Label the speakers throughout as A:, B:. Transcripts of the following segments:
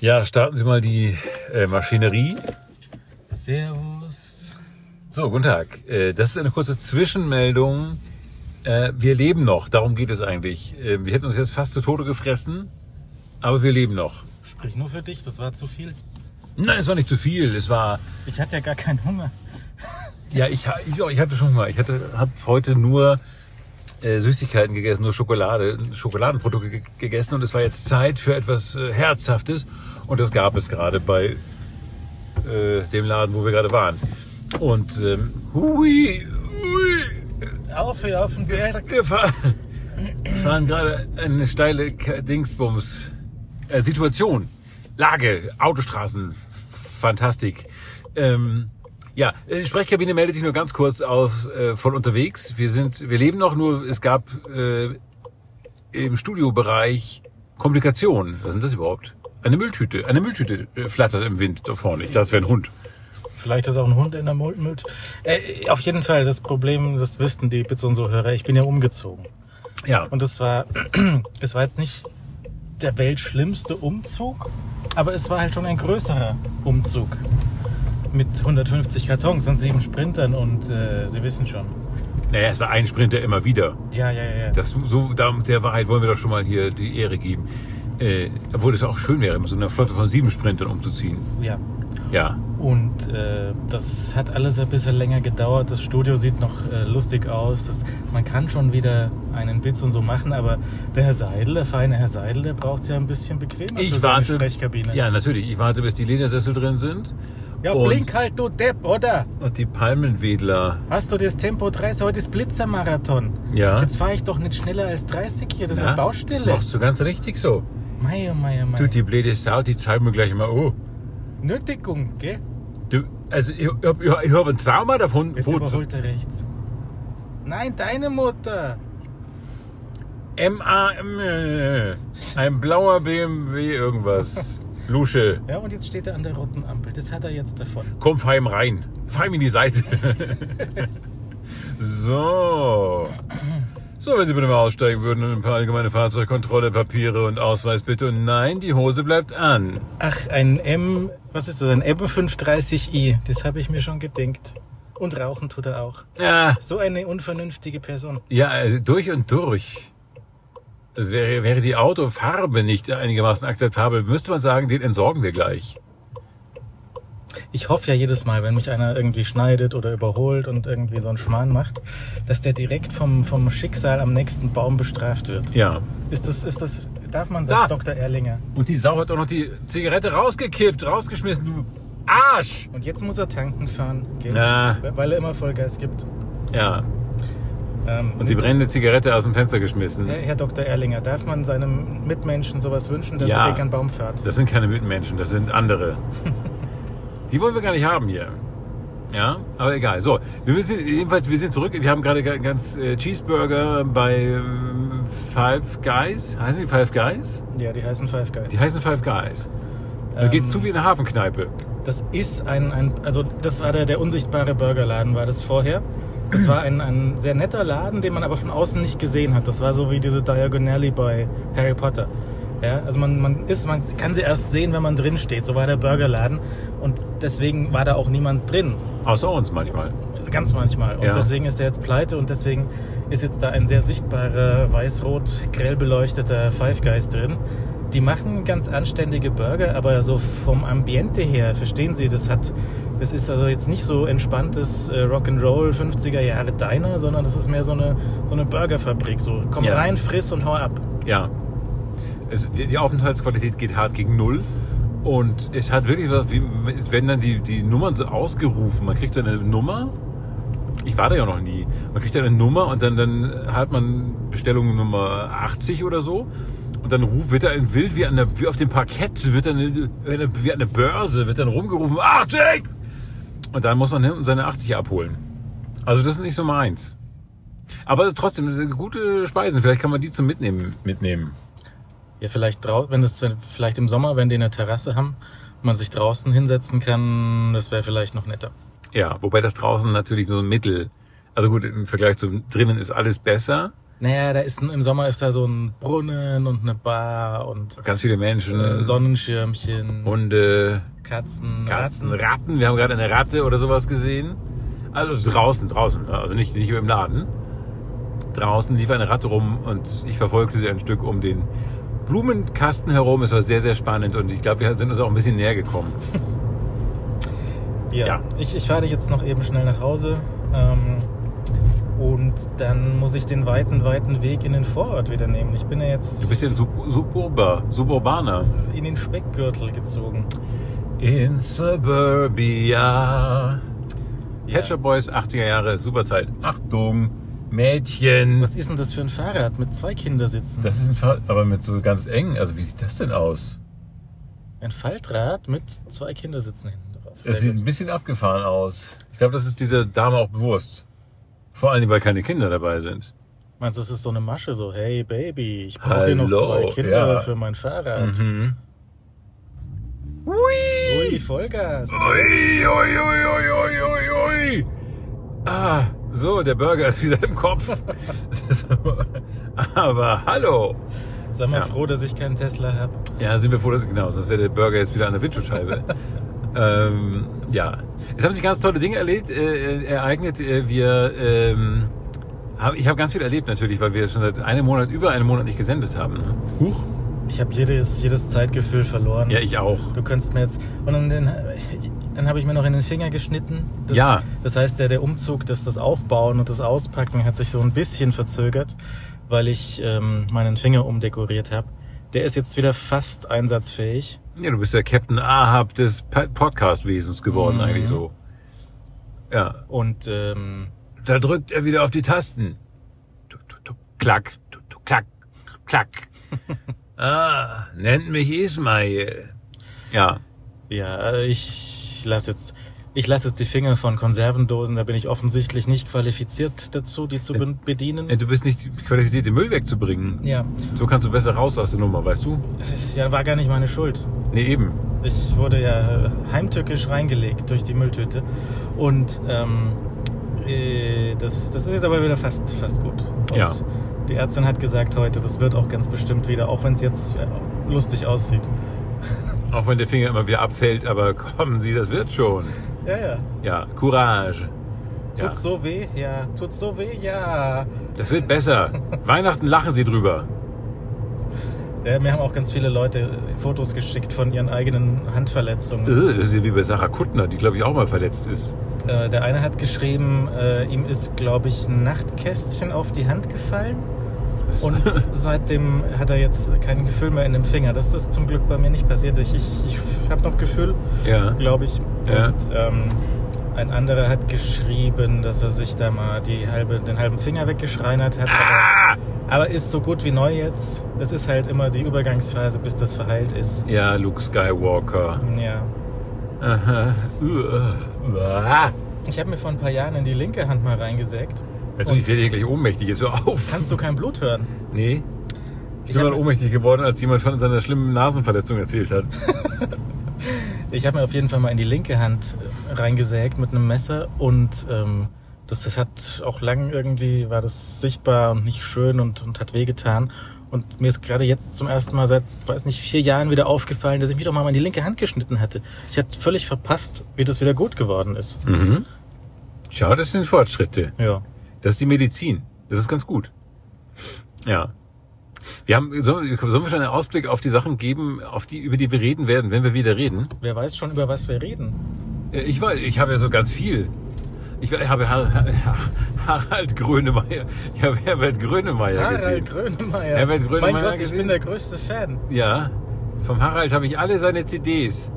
A: Ja, starten Sie mal die äh, Maschinerie.
B: Servus.
A: So, guten Tag. Äh, das ist eine kurze Zwischenmeldung. Äh, wir leben noch, darum geht es eigentlich. Äh, wir hätten uns jetzt fast zu Tode gefressen, aber wir leben noch.
B: Sprich nur für dich, das war zu viel.
A: Nein, es war nicht zu viel. Es war,
B: Ich hatte ja gar keinen Hunger.
A: ja, ich, ha- ich, ich hatte schon mal, ich hatte, habe heute nur äh, Süßigkeiten gegessen, nur Schokolade, Schokoladenprodukte ge gegessen und es war jetzt Zeit für etwas äh, Herzhaftes und das gab es gerade bei äh, dem Laden, wo wir gerade waren. Und ähm, hui, hui,
B: Auf hier auf den Berg.
A: Wir fahren, wir fahren gerade eine steile K- Dingsbums. Äh, Situation, Lage, Autostraßen, Fantastik. Ähm, ja, äh, Sprechkabine meldet sich nur ganz kurz aus äh, von unterwegs. Wir sind, wir leben noch nur, es gab äh, im Studiobereich Komplikation. Was sind das überhaupt? Eine Mülltüte. Eine Mülltüte äh, flattert im Wind da vorne. Ich dachte, es wäre ein Hund.
B: Vielleicht ist auch ein Hund in der Muldenmüt. Äh, auf jeden Fall, das Problem, das wissen die Bits und so Hörer, ich bin ja umgezogen.
A: Ja.
B: Und es war, es war jetzt nicht der weltschlimmste Umzug, aber es war halt schon ein größerer Umzug. Mit 150 Kartons und sieben Sprintern und äh, Sie wissen schon.
A: naja, es war ein Sprinter immer wieder.
B: Ja, ja, ja.
A: Das, so, da- der Wahrheit wollen wir doch schon mal hier die Ehre geben. Äh, obwohl es auch schön wäre, mit so einer Flotte von sieben Sprintern umzuziehen.
B: ja.
A: Ja.
B: Und äh, das hat alles ein bisschen länger gedauert. Das Studio sieht noch äh, lustig aus. Das, man kann schon wieder einen Bits und so machen, aber der Herr Seidel, der feine Herr Seidel, der braucht es ja ein bisschen bequemer für seine Sprechkabine.
A: Ja, natürlich. Ich warte, bis die Ledersessel drin sind.
B: ja
A: und,
B: blink halt, du Depp, oder?
A: und die Palmenwedler.
B: Hast du das Tempo 30? Heute ist Blitzermarathon.
A: Ja.
B: Jetzt fahre ich doch nicht schneller als 30 hier. Das ist
A: Na,
B: eine
A: Das
B: Baustelle.
A: machst du ganz richtig so.
B: Mei, oh mei, oh mei.
A: Du, die blöde Sau, die zeigt mir gleich immer, oh,
B: Nötigung, gell?
A: du, also ich, ich, hab- ich habe ein Trauma davon.
B: Jetzt
A: Wo-
B: überholt er rechts. Nein, deine Mutter.
A: M.A.M. äh, Ein blauer BMW irgendwas. Lusche.
B: Ja, und jetzt steht er an der roten Ampel. Das hat er jetzt davon.
A: Komm, fahr ihm rein. Fahr ihm in die Seite. so. So, wenn Sie bitte mal aussteigen würden und ein paar allgemeine Fahrzeugkontrolle, Papiere und Ausweis bitte. Und nein, die Hose bleibt an.
B: Ach, ein M, was ist das, ein M530i, das habe ich mir schon gedenkt. Und rauchen tut er auch.
A: Ja,
B: So eine unvernünftige Person.
A: ja also durch und durch. Wäre, wäre die Autofarbe nicht einigermaßen akzeptabel, müsste man sagen, den entsorgen wir gleich.
B: Ich hoffe ja jedes Mal, wenn mich einer irgendwie schneidet oder überholt und irgendwie so einen Schmarrn macht, dass der direkt vom, vom Schicksal am nächsten Baum bestraft wird.
A: Ja.
B: Ist das, ist das, darf man das,
A: Da.
B: Dr. Erlinger?
A: Und die Sau hat auch noch die Zigarette rausgekippt, rausgeschmissen, du Arsch!
B: Und jetzt muss er tanken fahren, gell?
A: Na.
B: weil er immer Vollgas gibt.
A: Ja.
B: Ähm,
A: Und die brennende Zigarette aus dem Fenster geschmissen.
B: Herr Herr Dr. Erlinger, darf man seinem Mitmenschen sowas wünschen, dass
A: Ja.
B: er gegen einen Baum fährt?
A: Das sind keine Mitmenschen, das sind andere. Die wollen wir gar nicht haben hier. Ja, aber egal. So, wir müssen, jedenfalls, wir sind zurück. Wir haben gerade ga- ganz äh, Cheeseburger bei ähm, Five Guys. Heißen die Five Guys?
B: Ja, die heißen Five Guys.
A: Die heißen Five Guys. Da
B: Ähm,
A: geht's zu wie in der Hafenkneipe.
B: Das ist ein, ein also das war der, der unsichtbare Burgerladen, war das vorher. Das war ein, ein sehr netter Laden, den man aber von außen nicht gesehen hat. Das war so wie diese Diagon Alley bei Harry Potter. Ja, also man, man ist, man kann sie erst sehen, wenn man drin steht. So war der Burgerladen und deswegen war da auch niemand drin,
A: Außer uns manchmal.
B: ganz manchmal. Und
A: Ja.
B: deswegen ist er jetzt pleite und deswegen ist jetzt da ein sehr sichtbarer weiß-rot grell beleuchteter Five Guys drin. Die machen ganz anständige Burger, aber so vom Ambiente her, verstehen Sie, das hat, das ist also jetzt nicht so entspanntes äh, Rock'n'Roll 50er Jahre Diner, sondern das ist mehr so eine, so eine Burgerfabrik. So, komm
A: Ja.
B: rein, friss und hau ab.
A: Ja. Es, die, die Aufenthaltsqualität geht hart gegen Null. Und es hat wirklich was, wie, es werden dann die, die Nummern so ausgerufen. Man kriegt seine Nummer. Ich war da ja noch nie. Man kriegt eine Nummer und dann, dann hat man Bestellung Nummer 80 oder so. Und dann ruft, wird da in Wild wie, an der, wie auf dem Parkett, wird dann äh, wie eine- wie an der Börse, wird dann rumgerufen, 80! Und dann muss man hin und seine 80 abholen. Also das ist nicht so meins. Aber trotzdem, das sind gute Speisen. Vielleicht kann man die zum Mitnehmen mitnehmen.
B: Ja, vielleicht draußen, wenn das, wenn, vielleicht im Sommer, wenn die eine Terrasse haben, man sich draußen hinsetzen kann, das wäre vielleicht noch netter.
A: Ja, wobei das draußen natürlich so ein Mittel. Also gut, im Vergleich zum drinnen ist alles besser.
B: Naja, da ist ein, im Sommer ist da so ein Brunnen und eine Bar und
A: Ganz viele Menschen,
B: äh, Sonnenschirmchen,
A: Hunde,
B: Katzen,
A: Katzen,
B: Ratten.
A: Ratten. Wir haben gerade eine Ratte oder sowas gesehen. Also draußen, draußen, also nicht, nicht im Laden. Draußen lief eine Ratte rum und ich verfolgte sie ein Stück um den Blumenkasten herum. Es war sehr, sehr spannend und ich glaube, wir sind uns auch ein bisschen näher gekommen.
B: Ja.
A: Ja.
B: Ich, ich fahre dich jetzt noch eben schnell nach Hause. Ähm, und dann muss ich den weiten, weiten Weg in den Vorort wieder nehmen. Ich bin ja jetzt
A: Du bist ja ein Sub Suburber, Suburbaner.
B: in den Speckgürtel gezogen.
A: In Suburbia.
B: Ja.
A: Patcher Boys, 80er Jahre, super Zeit. Achtung, Mädchen.
B: Was ist denn das für ein Fahrrad mit zwei Kindersitzen?
A: Das ist ein Fall, aber mit so ganz eng. Also wie sieht das denn aus?
B: Ein Faltrad mit zwei Kindersitzen hinten drauf.
A: Das
B: Sehr
A: sieht
B: gut.
A: ein bisschen abgefahren aus. Ich glaube, das ist dieser Dame auch bewusst. Vor allem, weil keine Kinder dabei sind.
B: Meinst du, das ist so eine Masche, so, hey Baby, ich brauche hier noch
A: Hallo,
B: zwei Kinder
A: ja.
B: für mein Fahrrad.
A: Mhm. Ui.
B: Ui, Vollgas.
A: Ui, ui, ui, ui, ui, ui, ui. Ah, so, der Burger ist wieder im Kopf. aber hallo.
B: Sei mal
A: Ja.
B: froh, dass ich keinen Tesla habe.
A: Ja, sind wir froh, dass, genau, sonst wäre der Burger jetzt wieder an der Windschutzscheibe. ähm, ja, es haben sich ganz tolle Dinge erlebt, äh, äh, ereignet. Äh, wir, ähm, hab, ich habe ganz viel erlebt natürlich, weil wir schon seit einem Monat, über einem Monat nicht gesendet haben. ne? Huch.
B: Ich habe jedes, jedes Zeitgefühl verloren.
A: Ja, ich auch.
B: Du könntest mir jetzt. Und dann, den, dann habe ich mir noch in den Finger geschnitten. Das,
A: Ja.
B: Das heißt, der, der Umzug, das, das Aufbauen und das Auspacken hat sich so ein bisschen verzögert, weil ich ähm, meinen Finger umdekoriert habe. Der ist jetzt wieder fast einsatzfähig.
A: Ja, du bist der Captain Ahab des Pa- Podcast-Wesens geworden
B: Mhm.
A: eigentlich so. Ja,
B: Und ähm,
A: da drückt er wieder auf die Tasten. Tuk, tuk, tuk, klack, tuk, tuk, klack, klack. ah, nennt mich Ismail. Ja.
B: ja, äh, ich lasse jetzt. Ich lasse jetzt die Finger von Konservendosen, da bin ich offensichtlich nicht qualifiziert dazu, die zu be-
A: Ja,
B: bedienen.
A: Du bist nicht qualifiziert, den Müll wegzubringen.
B: Ja,
A: So kannst du besser raus aus der Nummer, weißt du?
B: es ist- ja, war gar nicht meine Schuld.
A: Nee, eben.
B: Ich wurde ja heimtückisch reingelegt durch die Mülltüte. Und ähm, äh, das, das ist jetzt aber wieder fast, fast gut. Und
A: Ja.
B: Die Ärztin hat gesagt heute, das wird auch ganz bestimmt wieder, auch wenn es jetzt äh, lustig aussieht.
A: Auch wenn der Finger immer wieder abfällt, aber kommen Sie, das wird schon.
B: Ja, ja.
A: Ja, Courage.
B: Tut
A: Ja,
B: so weh, ja. Tut so weh, ja.
A: das wird besser. Weihnachten lachen Sie drüber.
B: ja. Äh, Mir haben auch ganz viele Leute äh, Fotos geschickt von ihren eigenen Handverletzungen.
A: Äh, Das ist ja wie bei Sarah Kuttner, die, glaube ich, auch mal verletzt ist.
B: Äh, der eine hat geschrieben, äh, ihm ist, glaube ich, ein Nachtkästchen auf die Hand gefallen.
A: Das-
B: Und seitdem hat er jetzt kein Gefühl mehr in dem Finger. Das ist zum Glück bei mir nicht passiert. Ich, ich, ich habe noch Gefühl,
A: ja.
B: glaube ich.
A: Ja.
B: Und ähm, ein anderer hat geschrieben, dass er sich da mal die halbe, den halben Finger weggeschreinert hat. Aber, aber ist so gut wie neu jetzt. Es ist halt immer die Übergangsphase, bis das verheilt ist.
A: Ja, Luke Skywalker.
B: Ja.
A: Aha. Äh, äh. Ah.
B: Ich habe mir vor ein paar Jahren in die linke Hand mal reingesägt.
A: Also,
B: Und
A: ich werde hier gleich ohnmächtig, jetzt hör auf.
B: kannst du kein Blut hören?
A: Nee. Ich
B: Ich
A: bin
B: hab-
A: mal ohnmächtig geworden, als jemand von seiner schlimmen Nasenverletzung erzählt hat.
B: Ich habe mir auf jeden Fall mal in die linke Hand äh, reingesägt mit einem Messer und ähm, das, das hat auch lang irgendwie, war das sichtbar und nicht schön und, und hat wehgetan. Und mir ist gerade jetzt zum ersten Mal seit, weiß nicht, vier Jahren wieder aufgefallen, dass ich mich doch mal in die linke Hand geschnitten hatte. Ich hatte völlig verpasst, wie das wieder gut geworden ist.
A: Mhm. Schau, das sind Fortschritte.
B: Ja.
A: Das ist die Medizin. Das ist ganz gut. Ja. Wir haben, sollen wir sollen wir schon einen Ausblick auf die Sachen geben, auf die, über die wir reden werden, wenn wir wieder reden?
B: Wer weiß schon, über was wir reden.
A: Äh, Ich war, ich habe ja so ganz viel. Ich war- ich habe Har- Har- Harald Grönemeyer, ich habe Herbert Grönemeyer gesehen.
B: Harald Grönemeyer.
A: Herbert Grönemeyer
B: Mein Gott, ich
A: gesehen?
B: bin der größte Fan.
A: Ja, vom Harald habe ich alle seine CDs.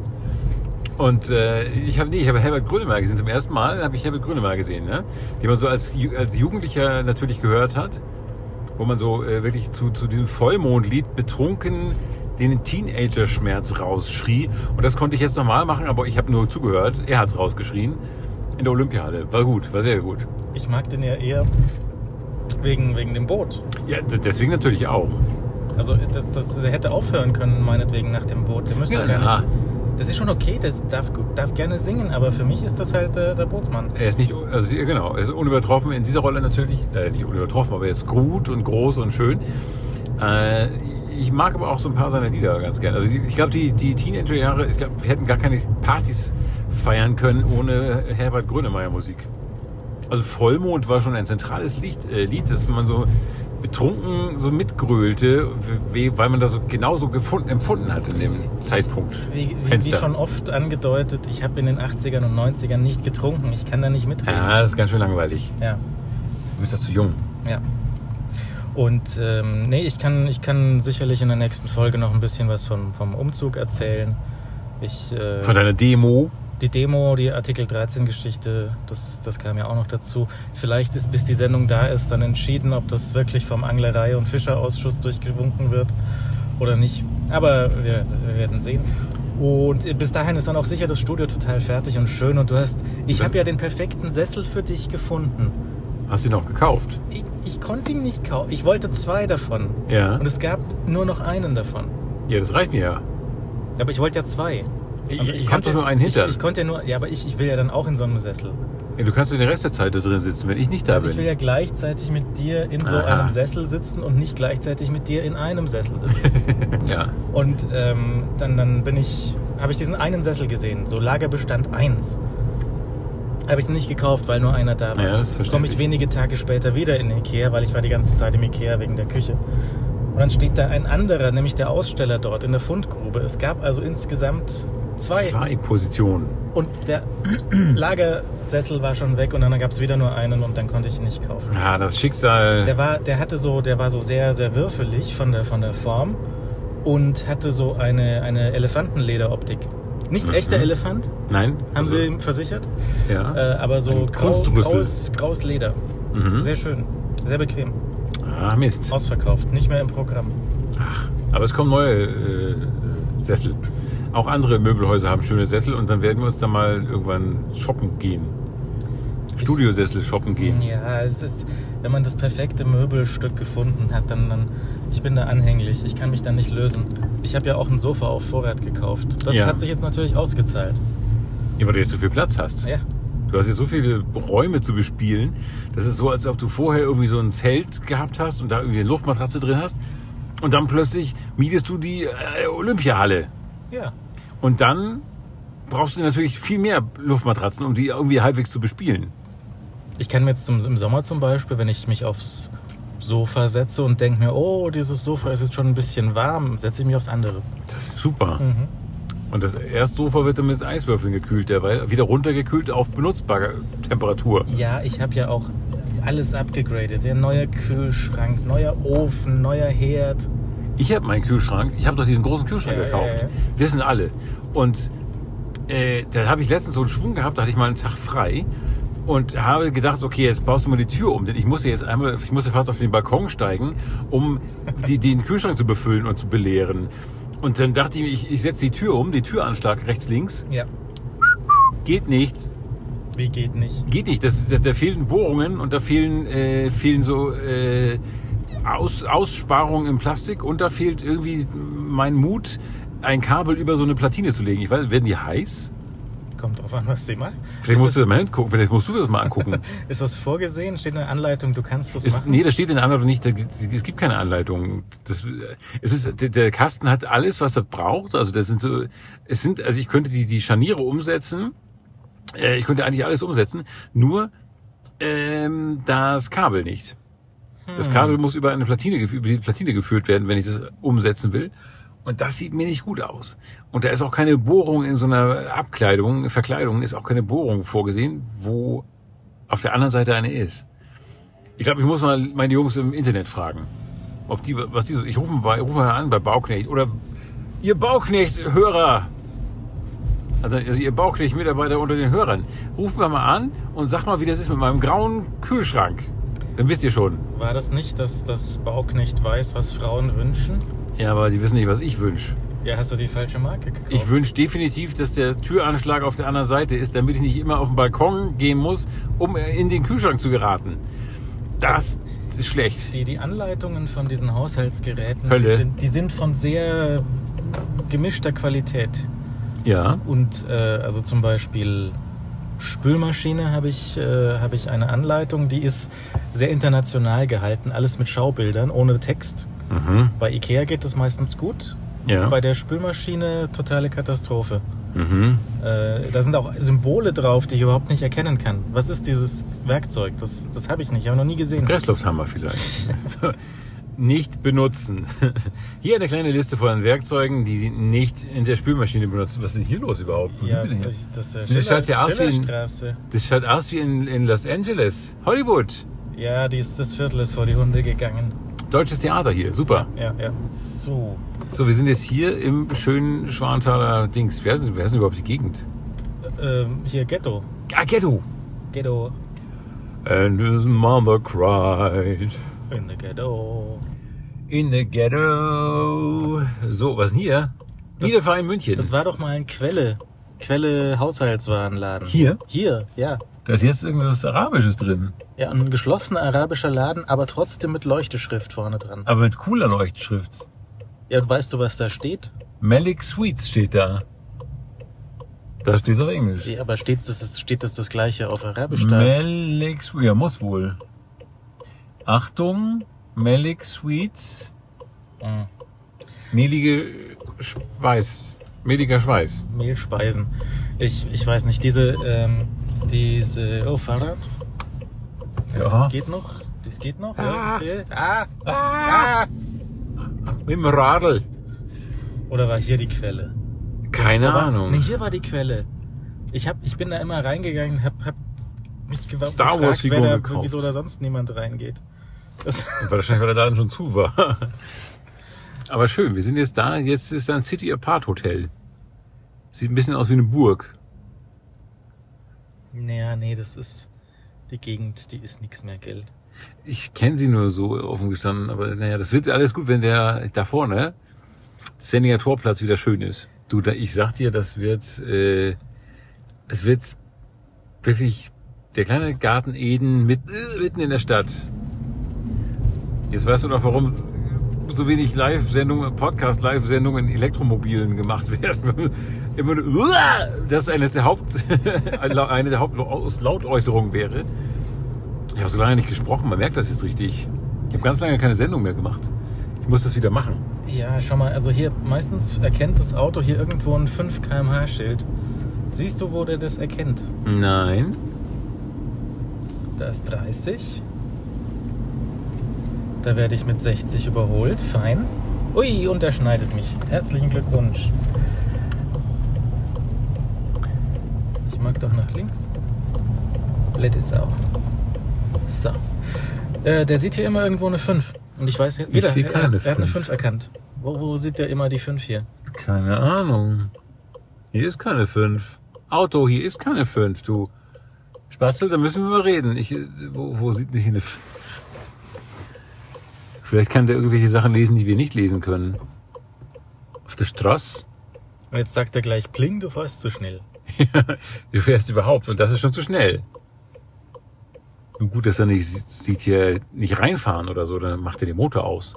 A: Und äh, ich habe nee, ich habe Herbert Grönemeyer gesehen. Zum ersten Mal habe ich Herbert Grönemeyer gesehen, ne? den man so als, Ju- als Jugendlicher natürlich gehört hat, wo man so äh, wirklich zu, zu diesem Vollmondlied betrunken den Teenager-Schmerz rausschrie. Und das konnte ich jetzt nochmal machen, aber ich habe nur zugehört. Er hat's rausgeschrien in der Olympiade. War gut, war sehr gut.
B: Ich mag den ja eher wegen, wegen dem Boot.
A: Ja, d- deswegen natürlich auch.
B: Also das, das, der hätte aufhören können, meinetwegen, nach dem Boot. Der müsste
A: Ja,
B: ja, gar
A: ja.
B: nicht. Das ist schon okay, das darf, darf gerne singen, aber für mich ist das halt äh, der Bootsmann.
A: Er ist nicht, also genau, er ist unübertroffen in dieser Rolle natürlich, äh, nicht unübertroffen, aber er ist gut und groß und schön. Äh, ich mag aber auch so ein paar seiner Lieder ganz gerne. Also ich glaube, die, die Teenager-Jahre, ich glaube, wir hätten gar keine Partys feiern können ohne Herbert Grönemeyer Musik. Also Vollmond war schon ein zentrales Lied, äh, Lied das man so betrunken so mitgrölte, we- weil man das so genauso gefunden, empfunden hat in dem Zeitpunkt.
B: Wie, wie, wie
A: Fenster.
B: schon oft angedeutet, ich habe in den 80ern und 90ern nicht getrunken. Ich kann da nicht mitreden.
A: Ja, das ist ganz schön langweilig.
B: Ja,
A: Du bist ja zu jung.
B: ja. Und ähm, nee, ich kann, ich kann sicherlich in der nächsten Folge noch ein bisschen was vom, vom Umzug erzählen. Ich, äh,
A: Von deiner Demo.
B: die Demo, die Artikel 13 Geschichte, das, das kam ja auch noch dazu. Vielleicht ist, bis die Sendung da ist, dann entschieden, ob das wirklich vom Anglerei- und Fischerausschuss durchgewunken wird oder nicht. Aber wir, wir werden sehen. Und bis dahin ist dann auch sicher das Studio total fertig und schön. Und du hast, ich habe ja den perfekten Sessel für dich gefunden.
A: Hast du ihn auch gekauft?
B: Ich, ich konnte ihn nicht kaufen. Ich wollte zwei davon.
A: Ja.
B: Und es gab nur noch einen davon.
A: Ja, das reicht mir ja.
B: Aber ich wollte ja zwei.
A: Ich-
B: Aber
A: ich hab doch nur einen Hintern.
B: Ich, ich konnte ja nur, ja, aber ich, ich will ja dann auch in so einem Sessel.
A: ja du kannst doch den Rest der Zeit da drin sitzen, wenn ich nicht da
B: Ich will
A: bin.
B: ja gleichzeitig mit dir in so
A: Aha.
B: einem Sessel sitzen und nicht gleichzeitig mit dir in einem Sessel sitzen.
A: Ja.
B: und ähm, dann, dann bin ich, habe ich diesen einen Sessel gesehen, so Lagerbestand 1. Habe ich nicht gekauft, weil nur einer da war.
A: Ja, das ist
B: Komme ich
A: verständlich.
B: wenige Tage später wieder in Ikea, weil ich war die ganze Zeit im Ikea wegen der Küche. Und dann steht da ein anderer, nämlich der Aussteller dort in der Fundgrube. Es gab also insgesamt zwei.
A: Zwei Positionen.
B: Und der Lagersessel war schon weg und dann gab es wieder nur einen und dann konnte ich ihn nicht kaufen.
A: Ja, Ah, das Schicksal.
B: Der war, der hatte so, der war so sehr, sehr würfelig von der, von der Form und hatte so eine, eine Elefantenlederoptik. Nicht
A: Mhm.
B: echter Elefant,
A: Nein?
B: haben sie ihm versichert, äh,
A: Ja.
B: aber so
A: Also Ein
B: grau,
A: Kunstdrüssel.
B: graues, graues Leder.
A: mhm.
B: Sehr schön, sehr bequem.
A: Ah, Mist.
B: Ausverkauft, nicht mehr im Programm.
A: Aber es kommen neue äh, Sessel. Auch andere Möbelhäuser haben schöne Sessel und dann werden wir uns da mal irgendwann shoppen gehen. Studiosessel shoppen gehen.
B: Ja, es ist, wenn man das perfekte Möbelstück gefunden hat, dann, dann ich bin da anhänglich. Ich kann mich da nicht lösen. Ich habe ja auch ein Sofa auf Vorrat gekauft. Das
A: Ja.
B: hat sich jetzt natürlich ausgezahlt.
A: Ja, weil du jetzt so viel Platz hast.
B: Ja.
A: Du hast jetzt so viele Räume zu bespielen. Das ist so, als ob du vorher irgendwie so ein Zelt gehabt hast und da irgendwie eine Luftmatratze drin hast. Und dann plötzlich mietest du die äh, Olympiahalle.
B: Ja.
A: Und dann brauchst du natürlich viel mehr Luftmatratzen, um die irgendwie halbwegs zu bespielen.
B: Ich kann mir jetzt zum, im Sommer zum Beispiel, wenn ich mich aufs Sofa setze und denke mir, oh, dieses Sofa ist jetzt schon ein bisschen warm, setze ich mich aufs andere.
A: Das ist super. Und das Erstsofa wird dann mit Eiswürfeln gekühlt, derweil wieder runtergekühlt auf benutzbare Temperatur.
B: Ja, ich habe ja auch alles abgegradet. Der neue Kühlschrank, neuer Ofen, neuer Herd.
A: Ich habe meinen Kühlschrank, ich habe doch diesen großen Kühlschrank
B: Ja, ja,
A: gekauft.
B: ja.
A: Wissen alle. Und äh, da habe ich letztens so einen Schwung gehabt, da hatte ich mal einen Tag frei und habe gedacht, okay, jetzt baust du mal die Tür um, denn ich muss ja jetzt einmal, ich muss ja fast auf den Balkon steigen, um die, den Kühlschrank zu befüllen und zu belehren. Und dann dachte ich, mir, ich, ich setze die Tür um, den Türanschlag rechts, links.
B: Ja.
A: Geht nicht,
B: Wie geht nicht?
A: geht nicht. Das, da, da fehlen Bohrungen und da fehlen, äh, fehlen so äh, Aus, Aussparungen im Plastik und da fehlt irgendwie mein Mut, ein Kabel über so eine Platine zu legen. Ich weiß, werden die heiß?
B: Kommt drauf an, was sie macht.
A: Vielleicht
B: Ist
A: musst du
B: es-
A: das mal hingucken. Vielleicht musst du das mal angucken.
B: Ist das vorgesehen? Steht in der Anleitung, du kannst das
A: Ist,
B: machen?
A: nee, das steht in der Anleitung nicht. Da gibt- Es gibt keine Anleitung. Das, äh, es ist, der- der Kasten hat alles, was er braucht. Also das sind so, es sind, also ich könnte die, die Scharniere umsetzen. Äh, Ich könnte eigentlich alles umsetzen. Nur ähm, das Kabel nicht. Das Kabel muss über eine Platine, gef- über die Platine geführt werden, wenn ich das umsetzen will. Und das sieht mir nicht gut aus. Und da ist auch keine Bohrung in so einer Abkleidung, Verkleidung ist auch keine Bohrung vorgesehen, wo auf der anderen Seite eine ist. Ich glaube, ich muss mal meine Jungs im Internet fragen, ob die, was die so, ich rufe mal, bei- rufe mal an bei Bauknecht oder ihr Bauknecht-Hörer. Also, also ihr Bauknecht-Mitarbeiter unter den Hörern. Ruft mal mal an und sagt mal, wie das ist mit meinem grauen Kühlschrank. Dann wisst ihr schon.
B: War das nicht, dass das Bauknecht weiß, was Frauen wünschen?
A: Ja, aber die wissen nicht, was ich wünsche.
B: Ja, hast du die falsche Marke gekauft?
A: Ich wünsche definitiv, dass der Türanschlag auf der anderen Seite ist, damit ich nicht immer auf den Balkon gehen muss, um in den Kühlschrank zu geraten. Das ist schlecht.
B: die, die Anleitungen von diesen Haushaltsgeräten,
A: Hölle.
B: Die, sind, die sind von sehr gemischter Qualität.
A: Ja.
B: Und äh, also zum Beispiel Spülmaschine habe ich, äh, habe ich eine Anleitung, die ist sehr international gehalten, alles mit Schaubildern, ohne Text.
A: Mhm.
B: Bei Ikea geht das meistens gut.
A: Ja.
B: Bei der Spülmaschine totale Katastrophe.
A: Mhm.
B: Äh, da sind auch Symbole drauf, die ich überhaupt nicht erkennen kann. Was ist dieses Werkzeug? Das, das habe ich nicht, habe noch nie gesehen.
A: Presslufthammer vielleicht. So, nicht benutzen. Hier eine kleine Liste von Werkzeugen, die Sie nicht in der Spülmaschine benutzen. Was ist denn hier los überhaupt? Wo
B: Ja,
A: sind wir denn hier?
B: ich- das ist
A: Das
B: Schiller,
A: schaut ja aus wie ein-
B: Schillerstraße.
A: Das schaut aus wie in, in Los Angeles. Hollywood.
B: Ja, die ist, das Viertel ist vor die Hunde gegangen.
A: Deutsches Theater hier. Super.
B: Ja, ja. So.
A: So, wir sind jetzt hier im schönen Schwanthaler Dings. Wer ist, denn- wer ist denn überhaupt die Gegend?
B: Ähm, hier Ghetto.
A: Ah, Ghetto.
B: Ghetto.
A: And his mother cried.
B: In the Ghetto.
A: In the ghetto. So, was denn hier?
B: Das-
A: Niederverein München.
B: Das war doch mal ein Quelle. Quelle Haushaltswarenladen.
A: Hier?
B: Hier, ja.
A: da ist jetzt irgendwas Arabisches drin.
B: Ja, ein geschlossener arabischer Laden, aber trotzdem mit Leuchteschrift vorne dran.
A: Aber mit cooler Leuchtschrift.
B: Ja, und weißt du, was da steht?
A: Malik Sweets steht da. Da steht es auf Englisch.
B: Ja, aber steht das, ist- steht das das gleiche auf Arabisch da?
A: Malik Sweets. Ja, muss wohl. Achtung, Malik Sweets.
B: Mhm.
A: Mehlige Schweiß. Mehliger Schweiß.
B: Mehlspeisen. Ich, ich weiß nicht, diese, ähm, diese, oh, Fahrrad,
A: Ja.
B: das geht noch, das geht noch,
A: Ah.
B: ja, okay. ah,
A: Ah,
B: ah.
A: mit dem Radl.
B: Oder war hier die Quelle?
A: Keine
B: Aber-
A: Ahnung.
B: Ah, Nee, hier war die Quelle. Ich, hab, ich bin da immer reingegangen, hab, hab mich gewa-
A: Star
B: gefragt,
A: Wars
B: wer
A: Figuren
B: da,
A: gekauft.
B: wieso da sonst niemand reingeht. Das,
A: Wahrscheinlich, weil der Laden schon zu war. Aber schön, wir sind jetzt da. Jetzt ist da ein City Apart Hotel. Sieht ein bisschen aus wie eine Burg.
B: naja, nee, das ist die Gegend, die ist nix mehr, gell.
A: Ich kenne sie nur so offen gestanden, aber naja, das wird alles gut, wenn der da vorne, Sendinger Torplatz, wieder schön ist. Du, da, ich sag dir, das wird, äh, es wird wirklich der kleine Garten Eden mit, äh, mitten in der Stadt. Jetzt weißt du doch, warum so wenig Live-Sendungen, Podcast-Live-Sendungen in Elektromobilen gemacht werden. Immer nur, uah, das eines der Haupt, eine der Hauptlautäußerungen wäre. Ich habe so lange nicht gesprochen, man merkt das jetzt richtig. Ich habe ganz lange keine Sendung mehr gemacht. Ich muss das wieder machen.
B: Ja, schau mal, also hier meistens erkennt das Auto hier irgendwo ein 5 km/h Schild. Siehst du, wo der das erkennt?
A: Nein.
B: Da ist 30. Da werde ich mit 60 überholt. Fein. Ui, und er schneidet mich. Herzlichen Glückwunsch. Ich mag doch nach links. Let is auch. So. Äh, der sieht hier immer irgendwo eine 5. Und ich weiß jetzt wieder,
A: sehe
B: er,
A: keine
B: er hat eine
A: 5.
B: 5 erkannt. Wo, wo sieht der immer die 5 hier?
A: Keine Ahnung. Hier ist keine 5. Auto, hier ist keine 5, du. Spatzel, da müssen wir mal reden. Ich, äh, wo, wo sieht denn hier eine 5? Vielleicht kann der irgendwelche Sachen lesen, die wir nicht lesen können. Auf der Straße?
B: Und jetzt sagt er gleich, Pling, du fährst zu schnell.
A: du fährst überhaupt und das ist schon zu schnell. Nun gut, dass er nicht sie- sieht hier nicht reinfahren oder so, dann macht er den Motor aus.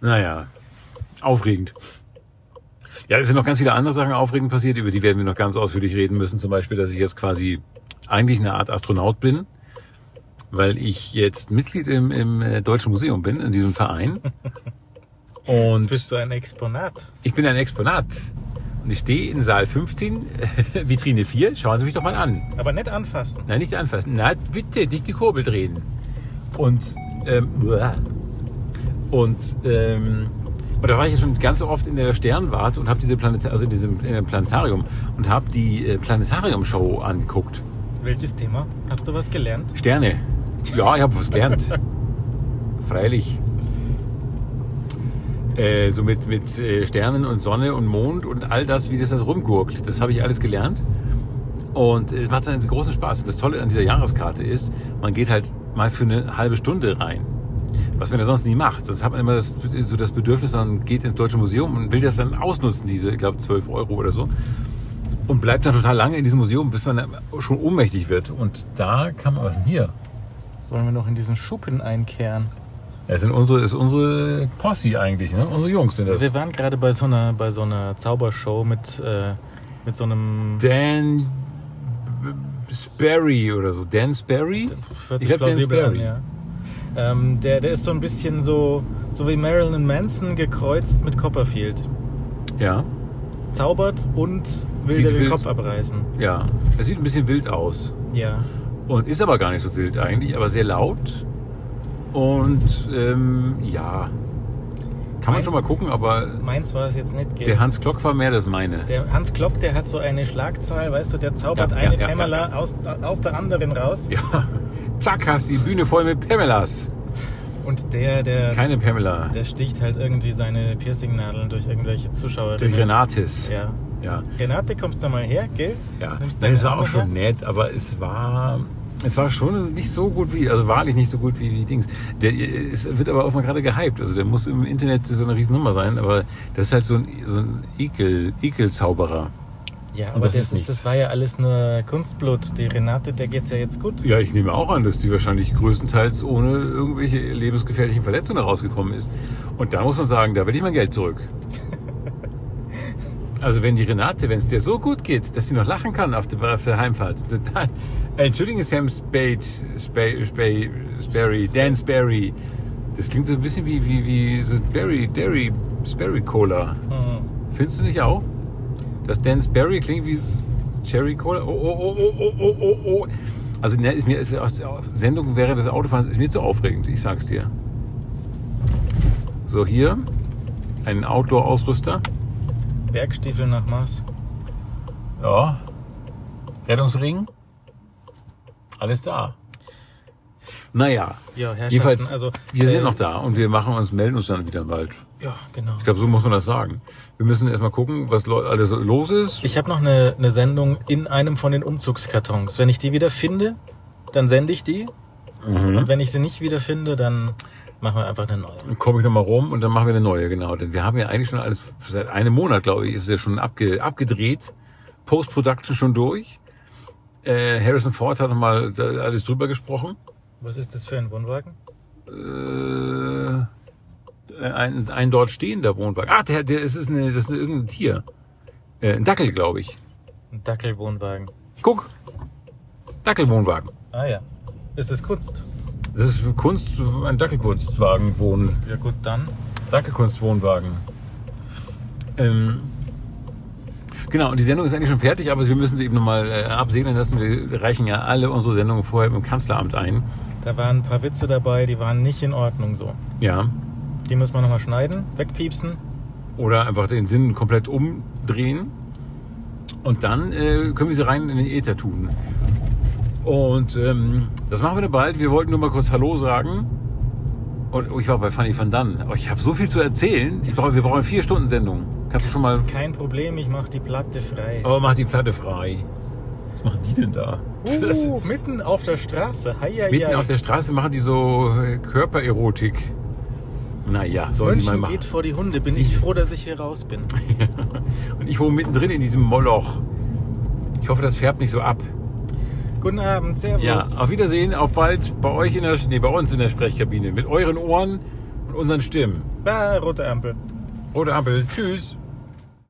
A: Naja, aufregend. Ja, es sind noch ganz viele andere Sachen aufregend passiert, über die werden wir noch ganz ausführlich reden müssen. Zum Beispiel, dass ich jetzt quasi eigentlich eine Art Astronaut bin, weil ich jetzt Mitglied im, im äh, Deutschen Museum bin, in diesem Verein. Und
B: Bist du ein Exponat?
A: ich bin ein Exponat und ich stehe in Saal 15, Vitrine 4. Schauen Sie mich doch mal an.
B: Aber nicht anfassen.
A: Nein, nicht anfassen. Na, bitte, nicht die Kurbel drehen. Und, ähm, uah. und, ähm, und da war ich ja schon ganz oft in der Sternwarte und habe diese Planet also in diesem äh, Planetarium und habe die äh, Planetarium-Show angeguckt.
B: Welches Thema? Hast du was gelernt?
A: Sterne. Ja, ich habe was gelernt. Freilich. Äh, so mit, mit äh, Sternen und Sonne und Mond und all das, wie das, das rumgurkt. Das habe ich alles gelernt. Und äh, es macht einen großen Spaß. Und das Tolle an dieser Jahreskarte ist, man geht halt mal für eine halbe Stunde rein. Was man ja sonst nie macht. Sonst hat man immer das, so das Bedürfnis, man geht ins Deutsche Museum und will das dann ausnutzen, diese, ich glaube, 12 Euro oder so und bleibt dann total lange in diesem Museum, bis man schon ohnmächtig wird. Und da kann man, was ist denn hier?
B: Sollen wir noch in diesen Schuppen einkehren?
A: Das sind unsere, ist unsere Posse eigentlich, ne? Unsere Jungs sind das.
B: Wir waren gerade bei so einer, bei so einer Zaubershow mit, äh, mit so einem
A: Dan Sperry oder so. Dan Sperry?
B: hört
A: Ich
B: sich
A: glaub, der ist
B: plausibel an,
A: Barry.
B: ja. Ähm, der, der ist so ein bisschen so, so wie Marilyn Manson gekreuzt mit Copperfield.
A: Ja,
B: Zaubert und will
A: Sieht
B: dir den
A: wild-
B: Kopf abreißen.
A: ja. Das sieht ein bisschen wild aus.
B: Ja.
A: Und ist aber gar nicht so wild eigentlich, aber sehr laut. Und ähm, ja. Kann man
B: Mein-
A: schon mal gucken, aber
B: Meins war es jetzt nicht. gell?
A: der Hans Klock war mehr das meine.
B: Der Hans Klopp, der hat so eine Schlagzahl, weißt du, der zaubert
A: Ja, ja,
B: eine
A: ja,
B: Pamela
A: ja,
B: Aus, aus der anderen raus.
A: Ja. Zack, hast die Bühne voll mit Pamelas.
B: Und der, der,
A: Keine Pamela.
B: der sticht halt irgendwie seine Piercingnadeln durch irgendwelche Zuschauerinnen.
A: Durch Renatis.
B: Ja.
A: Ja.
B: Renate, kommst du mal her, gell?
A: Ja, Nein,
B: Nimmst deine
A: es war auch
B: Arme
A: schon
B: her?
A: nett, aber es war, es war schon nicht so gut wie, also wahrlich nicht so gut wie, wie Dings. Der, äh, es wird aber auch mal gerade gehypt. Also der muss im Internet so eine Riesennummer sein, aber das ist halt so ein, so ein Ekel, Ekelzauberer.
B: Ja,
A: Und
B: aber
A: das
B: das,
A: ist
B: ist
A: nichts.
B: das war ja alles nur Kunstblut. Die Renate, der geht's ja jetzt gut.
A: Ja, ich nehme auch an, dass die wahrscheinlich größtenteils ohne irgendwelche lebensgefährlichen Verletzungen herausgekommen ist. Und da muss man sagen, da will ich mein Geld zurück. Also wenn die Renate, wenn es dir so gut geht, dass sie noch lachen kann auf der, auf der Heimfahrt, dann, äh, entschuldigen Sam Spade, Spade, Spade, Sperry, Dan Sperry. Das klingt so ein bisschen wie, wie, wie so Berry, Derry, Sperry Cola.
B: Hm.
A: Findest du nicht auch? Dass Dan Sperry klingt wie Cherry Cola? Oh, oh, oh, oh, oh, oh, oh, oh. Also, ne, ist mir, ist, aus- Sendung während des Autofahrens ist mir zu aufregend, ich sag's dir. So, hier ein Outdoor-Ausrüster.
B: Bergstiefel nach Mars.
A: Ja. Rettungsring. Alles da. Naja,
B: Ja, Herrschaften,
A: jedenfalls,
B: also,
A: wir
B: äh,
A: sind noch da und wir machen uns, melden uns dann wieder bald.
B: Ja, genau.
A: Ich glaube, so muss man das sagen. Wir müssen erstmal gucken, was Leu- alles so los ist.
B: Ich habe noch eine, eine Sendung in einem von den Umzugskartons. Wenn ich die wieder finde, dann sende ich die.
A: Mhm.
B: Und wenn ich sie nicht wieder finde, dann machen wir einfach eine neue.
A: komme ich nochmal rum und dann machen wir eine neue, genau. Denn wir haben ja eigentlich schon alles, seit einem Monat, glaube ich, ist ja schon abge, abgedreht. Post-Production schon durch. Äh, Harrison Ford hat nochmal alles drüber gesprochen.
B: Was ist das für ein Wohnwagen?
A: Äh, ein, ein dort stehender Wohnwagen. Ah, der, der, es ist eine, das ist irgendein Tier. Äh, ein Dackel, glaube ich.
B: Ein Dackelwohnwagen.
A: Guck. Dackelwohnwagen.
B: Ah ja. Ist das Kunst?
A: Das ist für Kunst, ein Dackelkunstwagen wohnen.
B: Ja gut, dann.
A: Dackelkunstwohnwagen. Ähm, genau, und die Sendung ist eigentlich schon fertig, aber wir müssen sie eben nochmal äh, absegnen lassen. Wir reichen ja alle unsere Sendungen vorher im Kanzleramt ein.
B: Da waren ein paar Witze dabei, die waren nicht in Ordnung so.
A: Ja.
B: Die müssen wir nochmal schneiden, wegpiepsen.
A: Oder einfach den Sinn komplett umdrehen. Und dann äh, können wir sie rein in den Äther tun. Und ähm, das machen wir dann bald. Wir wollten nur mal kurz Hallo sagen. Und oh, ich war bei Fanny van Dann. Aber ich habe so viel zu erzählen. Ich brauche, wir brauchen vier Stunden Sendung. Kannst du schon mal
B: Kein Problem, ich mach die Platte frei.
A: Aber mach die Platte frei. Was machen die denn da? Das,
B: Uh, mitten auf der Straße. Hei, hei,
A: mitten
B: hei.
A: auf der Straße machen die so äh, Körpererotik. Naja, sollen die mal
B: München
A: machen.
B: geht vor die Hunde. Bin ich froh, dass ich hier raus bin.
A: Und ich wohne mittendrin in diesem Moloch. Ich hoffe, das färbt nicht so ab.
B: Guten Abend, Servus.
A: Ja, auf Wiedersehen, auf bald bei euch in der, nee, bei uns in der Sprechkabine mit euren Ohren und unseren Stimmen.
B: Ah, rote Ampel.
A: Rote Ampel, tschüss.